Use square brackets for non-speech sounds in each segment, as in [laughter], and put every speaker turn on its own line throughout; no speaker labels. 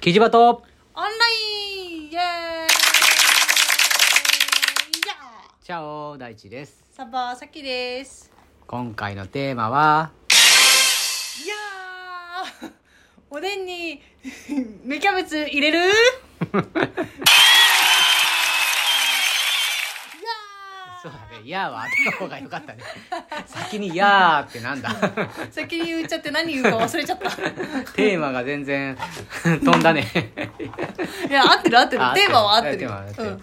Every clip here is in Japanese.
キジバト
オンラインイエーイイエーイ
チャオ大地です
サバーサキです
今回のテーマはい
やーおでんに [laughs] 芽キャベツ入れるいや
そうだね「やー」は後の方が良かった
[laughs]
ね先に「やー」ってなんだ
ー先に言っちゃって何言うか忘れちゃったい
テーマが全然 [laughs] 飛んだね
や合ってる合ってる
あ
テーマは合ってる
テーマは合ってる
うん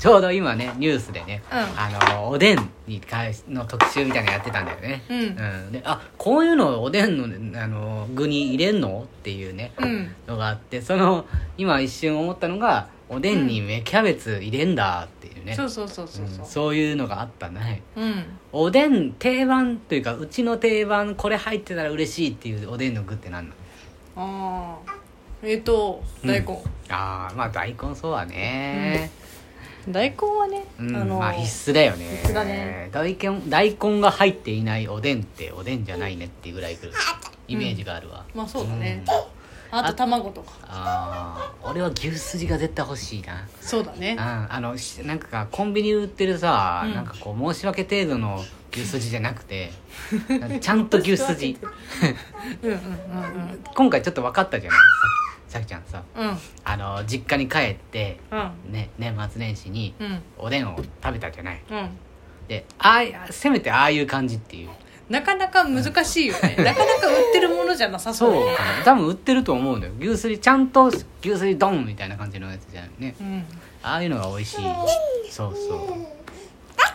ちょうど今ねニュースでね、
うん
あのおでんに関しの特集みたいなのやってたんだよね、
うん
であこういうのをおでんのあの具に入れんのっていうね、
うん
のがあってその今一瞬思ったのがおでんに芽キャベツ入れんだっていうね、
そうそうそうそう
うん
そ
そういうのがあったね
ううん
おでん定番というかうちの定番これ入ってたら嬉しいっていうおでんの具って何なの
ああえっと大根
ああまあ大根そうだね、
大根はね
う
あ
ん
の
まあ必須だよね
必須だね
大根大根が入っていないおでんっておでんじゃないねっていうぐらいくるイメージがあるわ、
まあそうだね
うん
あと卵とか
ああ俺は牛すじが絶対欲しいな
そうだね
うんあのしなんかコンビニで売ってるさ、
うん
なんかこう申し訳程度の牛すじじゃなく [laughs] てちゃんと牛すじ
うんうんうん
今回ちょっと分かったじゃないささきちゃんさ
うんうん
あの実家に帰って、
うん
ね、年末年始に
うん
おでんを食べたじゃない
うん
でああいせめてああいう感じっていう
なかなか難しいよ
[laughs]
ねなかなか売ってるものじゃなさそう
そう
ね
かな多分売ってると思うんだよ牛すじちゃんと牛すじドンみたいな感じのやつじゃないね
うん
ああいうのが美味しいそう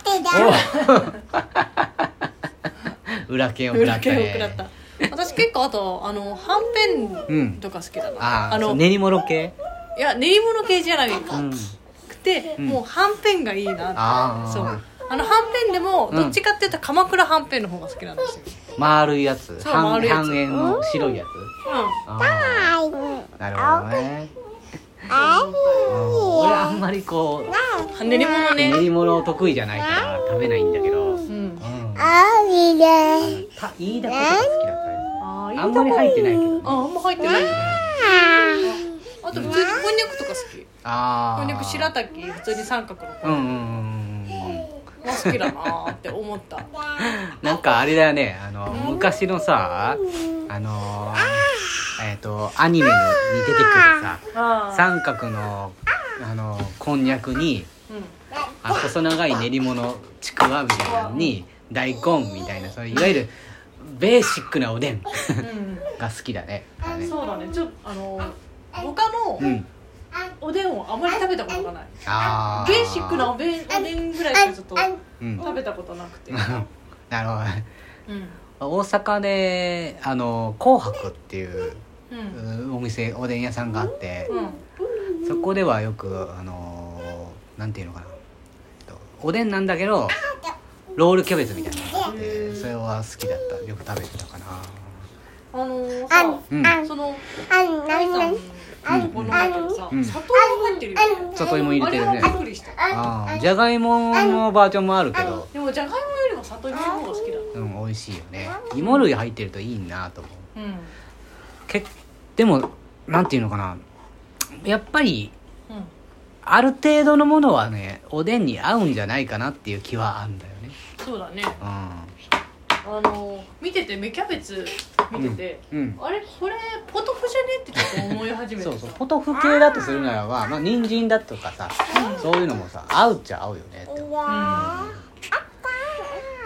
そう [laughs] 裏剣を食ら
裏
った
剣を
ね
食らった私結構あとあのはんぺんとか好きだな、
ああ
の
練り物系
いや練り物系じゃな
うん
くて、
ん
もうはんぺんがいいな
あー
ってそうあのはんぺんでも
うん
どっちかっていうと鎌倉はんぺんの方が好きなんですよ、
丸いやつ
そう
半
丸いやつ
半円の白いやつあーなるほどねうん俺あんまりこう
うん練り物
練
ね
り物得意じゃないから食べないんだけど、うん
うん
た飯田ことが好きだったね
あーいい
あんまり入ってないけどね
ああんま入ってないあと普通にこんにゃくとか好き
ああ
こんにゃく白滝普通に三角の
うんうんうんうんうん
まあ好きだなーって思った
なんかあれだよねあの昔のさあのーえっ、とアニメのに出てくるさ
あ
三角のあのこんにゃくに
う
あ細長い練り物ちくわみたいなのに大根みたいなそういういわゆるベーシックなおでん
ん、うん
が好きだねあれね
そうだねちょっとあのー他
う
の
ん
おでんをあまり食べたことがない
あー
ベーシックなおべんおでんぐらいしかちょっと
うん
食べたことなくて、
なるほどね
うん
大阪であの紅白っていう
うん
うお店おでん屋さんがあって
うん
そこではよくあのーなんていうのかなえっとおでんなんだけどロールキャベツみたいなのがあってそれは好きだったよく食べてたかな
あのー、さ、
うん
その第三のものだけどさ、
うん
砂糖が入ってるよね
里芋入れてる
あれ
ね
はびっくりした
あーじゃがいものバージョンもあるけど
でもじゃがいもよりも砂糖入れる方が好きだ
うん美味しいよね芋類入ってるといいなと思う
うん
けでもなんていうのかなやっぱり
うん
ある程度のものはねおでんに合うんじゃないかなっていう気はあんだよね
そうだね
う
あのー、見てて芽キャベツ見てて、
んうん
あれこれポトフじゃねってちょっと思い始めて
そ
た
うそうポトフ系だとするならば、まあ、人参だとかさそういうのもさ合うっちゃ合うよねって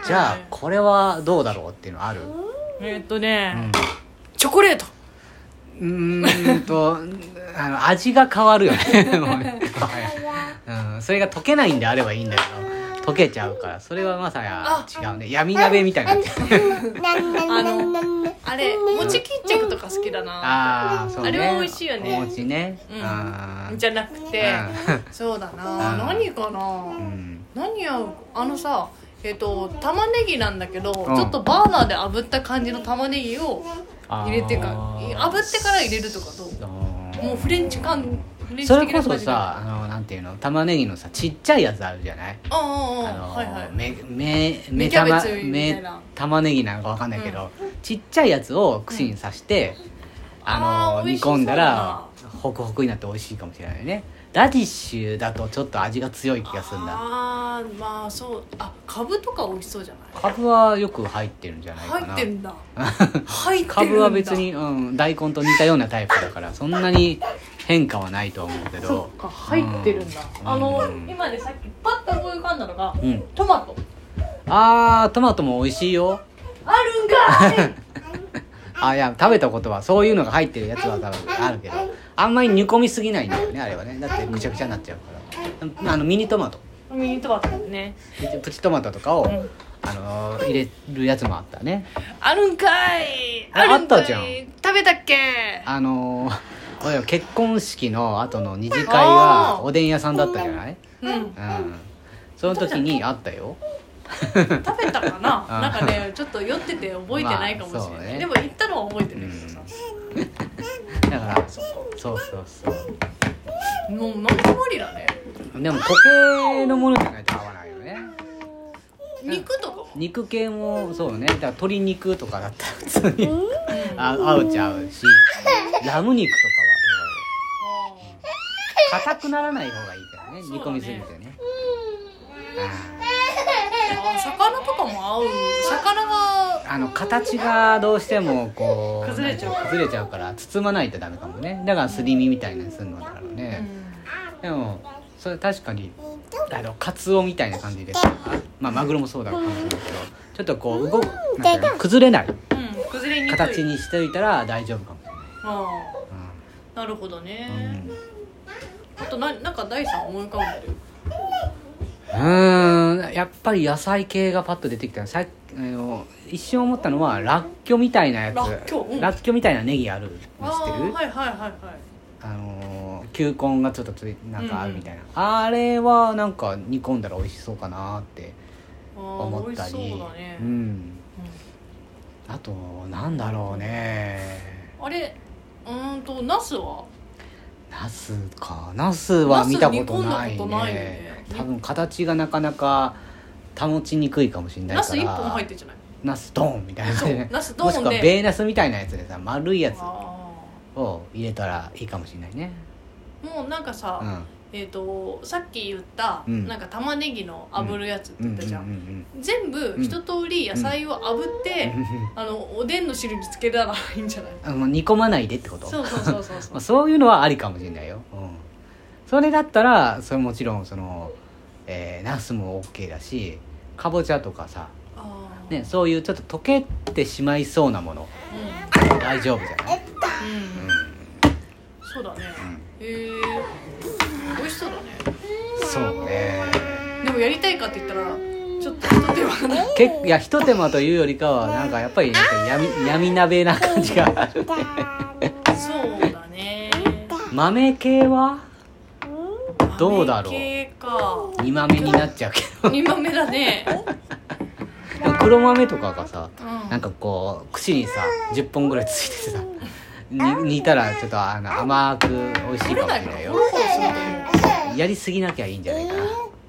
じゃあこれはどうだろうっていうのある
えーっとね、
うん
チョコレート
うーんとあの味が変わるよ
[laughs]
ねもうねうん、それが溶けないんであればいいんだけど溶けちゃうからそれはまさや違うね闇鍋みたいになってる
あれ餅巾着とか好きだ
あ
な
あそうね
あれは美味しいよね
お餅ね
うん
あー
じゃなくて、そうだな、
うん
何かな、
うんうん
何合うあのさえっ、と玉ねぎなんだけど、
うん
ちょっとバーナーで炙った感じの玉ねぎを入れてか
あー
炙ってから入れるとかどう
あー
もうフレンチ感フレンチ
それ
的
こ
な感じ
そさあのなんていうの玉ねぎのさちっちゃいやつあるじゃない
ああ
あ
ああ
の、
はいはい
めめ
芽
め
キャベ
玉
ツみたい
め
な
玉ねぎなのかわかんないけど、ちっちゃいやつを串に刺して、あ
あー
の煮
美味しそう
込んだら
だ
ホクホクになって美味しいかもしれないねラディッシュだとちょっと味が強い気がするんだ
あーまあそうあカブとか美味しそうじゃない
カブはよく入ってるんじゃないか
入
な
って
[laughs]
んだ入ってるんだ
カブは別に、うん、大根と似たようなタイプだからそんなに変化はないとは思うけ
そ
ど
っか入ってるんだ、
うん
あの、
うん
今ねさっきパッと思い浮かんだのが、
うん
トマト
あートマトも美味しいよ
あるんかい
あいや食べたことはそういうのが入ってるやつは多分あるけどあんまり煮込みすぎないんだよねあれはねだってぐちゃぐちゃになっちゃうからあのミニトマト
ミニトマトだね
プチトマトとかを、
ん
あのー入れるやつもあったね
あるんかい
あ
るんかい
あったじゃん
食べたっけ
あのー俺ら結婚式の後の二次会
あ
が
ー
おでん屋さんだったじゃない
うん
うんその時にあったよ
食べたかな
あ
なんかねちょっと酔ってて覚えてないかもしれない、
まあそうね
でも行ったのは覚えてるけどさ、
だからそうそうそう
もう飲みこもりだね
でも固形のものじゃないと合わないよね
肉とかも
肉系もそうねだから鶏肉とかだ
[laughs]
ったら普通にあ合うちゃうしラム肉とかはどうだろう硬くならない方がいいからね
そ
煮
うだね
込みすぎてね
あ魚とかも合う魚が
あの形がどうしてもこう
崩れちゃう
崩れちゃうから包まないとダメかもねだからすり身みたいなにするのだろう
う
ね、
ん
でもそれ確かにあのカツオみたいな感じですまあマグロもそうだかもしれないけどちょっとこう動くなんていうの崩れない
うん崩れにくい
形にしておいたら大丈夫かもしれ
ああ
ない、
なるほど
うんうん
ね、あとななんか第三思い浮かんでる
うーんやっぱり野菜系がパッと出てきたさっきあの一瞬思ったのはらっきょみたいなやつ
らっきょうん
らっきょみたいなネギあるの知って
あー
るあ,、
はいはいはいはい
のー球根がちょっとついなんかあるみたいな、あれはなんか煮込んだら美味しそうかなって
あ
思
ー
っ
美味
た
し
り
そうだね、
ん
う
あとなんだろうね
んあれうーんとナスは
ナスかナスは見たことない
ナス煮込んだことないよね
ね多分形がなかなか保ちにくいかもしれないか
ナ
ら
ス一本入ってんじゃない
ナスドーンみたいなね
ナスドーン
も
で
しくはベーナスみたいなやつでさ丸いやつ
あ
を入れたらいいかもしれないね
ーもうなんかさ、
うん
えー、とさっき言った、
うん
なんか玉ねぎの炙るやつって
うんう
言っ
んう
たじゃん,、
ん
全部一通り野菜を炙って、あのおでんの汁につけたらいいんじゃない
うんあもう煮込まないでってこと
そうそうそうそうそ
[laughs] まあ
う
そういうのはありかもしれないよ、うん、それだったらそれもちろんその、えー、ナスも OK だしかぼちゃとかさ、
あー
ね、そういうちょっと溶けてしまいそうなもの
うん
大丈夫じゃない、
うんそうだねへえ美味しそうだね
うん、そうね
でもやりたいかって言ったらちょっと一手間がない
けいやひと手間というよりかはなんかやっぱりなんか闇闇鍋な感じがある
そうだね
豆系はどうだろう
豆系か
煮豆になっちゃうけど
2番目だね
でも黒豆とかがさ
うん
なんかこう串にさ10本ぐらいついててさに煮たらちょっとあの甘く美味しいかもしれないよやりすぎなきゃいいんじゃないかな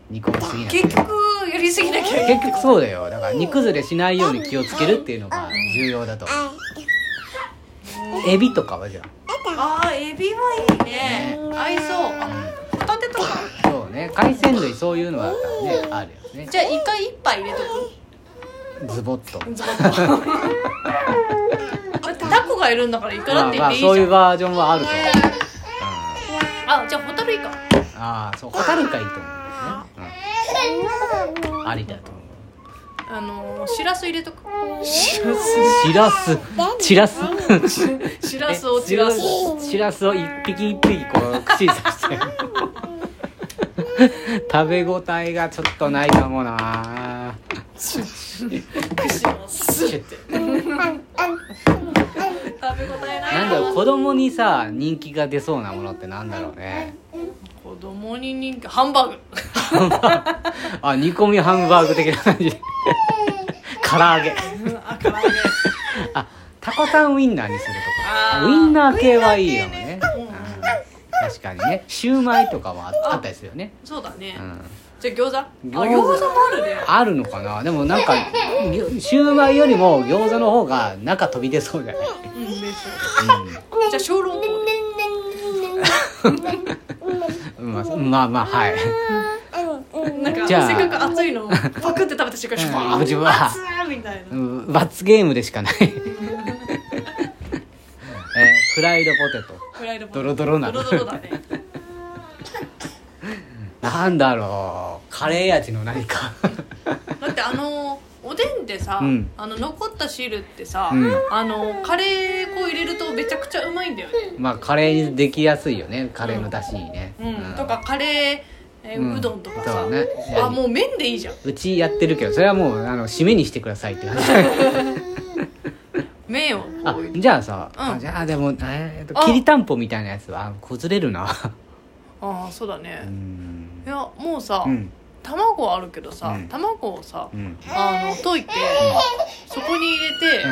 煮込みすぎなきゃ
結局やりすぎなきゃいけない
結局そうだよだから煮崩れしないように気をつけるっていうのが重要だと思うエビとかはじゃ
ああエビはいいね合いそうあホタテとか
あそうね海鮮類そういうのはねあるよね
じゃあイカ一杯入れと
ズボッと
くズボッとだってタコがいるんだからイカだ
まあ
って
ま
言っ
あ
ていいじ
そ
ゃん
ういうバージョンはあると思う、うん
あじゃあホタルイカ
ああそうホタルイカいいと思うんですね、うん、ありだと思う
あのーしらす入れとく
しらすしらす
しらすを散らす
しらすを一匹一匹こう口にさして [laughs] 食べ応えがちょっとないかもな
します食べ応えない
なんだろう子供にさ人気が出そうなものってなんだろうね
子供に人気ハンバーグ
あ煮込みハンバーグ的な感じ唐揚げ
あ唐揚げ
あタコさんウインナーにすると
あ
か
ー
ウインナー系はいいよね
うん
確かにねシューマイとかもああったりするよね
そうだね
うん
じゃあ餃子あ餃
餃子
子もあるね
あるのかなでもなんかぎょシューマイよりも餃子の方が中飛び出そうじゃない、
うんでし
う
ょじゃあ小籠包で
んまあ、まあまあはい
なんか
じゃあ
せっかく熱いのをパクって食べた瞬間シュパー
うん
ン
自分は
熱ーみたいな
うん罰ゲームでしかないえーフライドポテト
フライドポテ
ド
ト
ロドロな
ドロドロだね
なんだろうカレー味の何か
だってあのおでんでさ、
うん
あの残った汁ってさ、
うん
あのカレー粉入れるとめちゃくちゃうまいんだよね、
まあカレーにできやすいよねカレーの出汁にね、
うんとかカレー、えー
うん
うどんとかさ、
そうね
あもう麺でいいじゃん
うちやってるけどそれはもうあの締めにしてくださいって話
[laughs] 麺を
あ
こう
じゃあさ、
うん
あじゃあでもえーっと
あ
きりたんぽみたいなやつはあ崩れるな
ああそうだ
う
ね、
ん
いやもうさ、
うん
卵あるけどさ、
うん
卵をさ、
うん [laughs] うん
あの溶いて、そこに入れて、で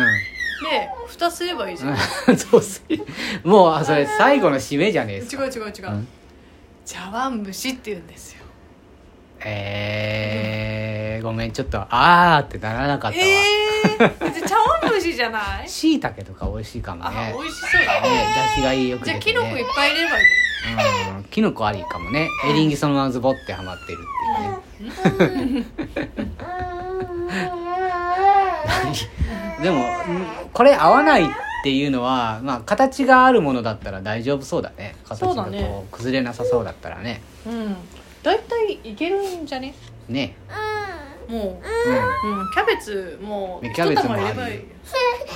蓋すればいいじゃん、
うんそうすもうあそれ最後の締めじゃねえです
違
か
う違う違う、
うん
茶碗蒸しって言うんですよ
えー、ごめんちょっとあーってならなかったわ
えー、 [laughs] じゃあ茶碗蒸しじゃない
しいたけとか美味しいかも
あ
ね
美味しそうだね
ね出汁がいいよく
じ
出
ゃあ
て
キ
ね
ノコいっぱい入れればいい
うんキノコありかもねエリンギそのままズボってはまってるっていうねでもんこれ合わないっていうのは、まあ、形があるものだったら大丈夫そうだね形
そう
が
だね
こう崩れなさそうだったらね
じゃんうん大体いけるんじゃね
ね、
も
うんうん
う、うん、キャベツもう
ね
一
キャベ
玉
ツも
入れれば
あ
いい
る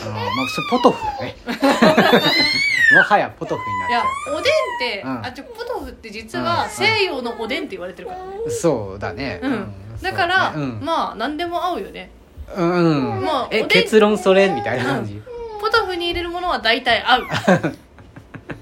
まあ、それポトフだ
[laughs]
ねもはやポトフになっ
い
ちゃ
や
う
おでんって、
うん
あちょポトフって実
う
は
ん
西洋のおでんって言われてるからね
そうだね、
うん、だから
そうねうん
まあ何でも合うよね
うんうん
まあ
え
おでん
結論それみたいな感じ、
ポトフに入れるものは大体合う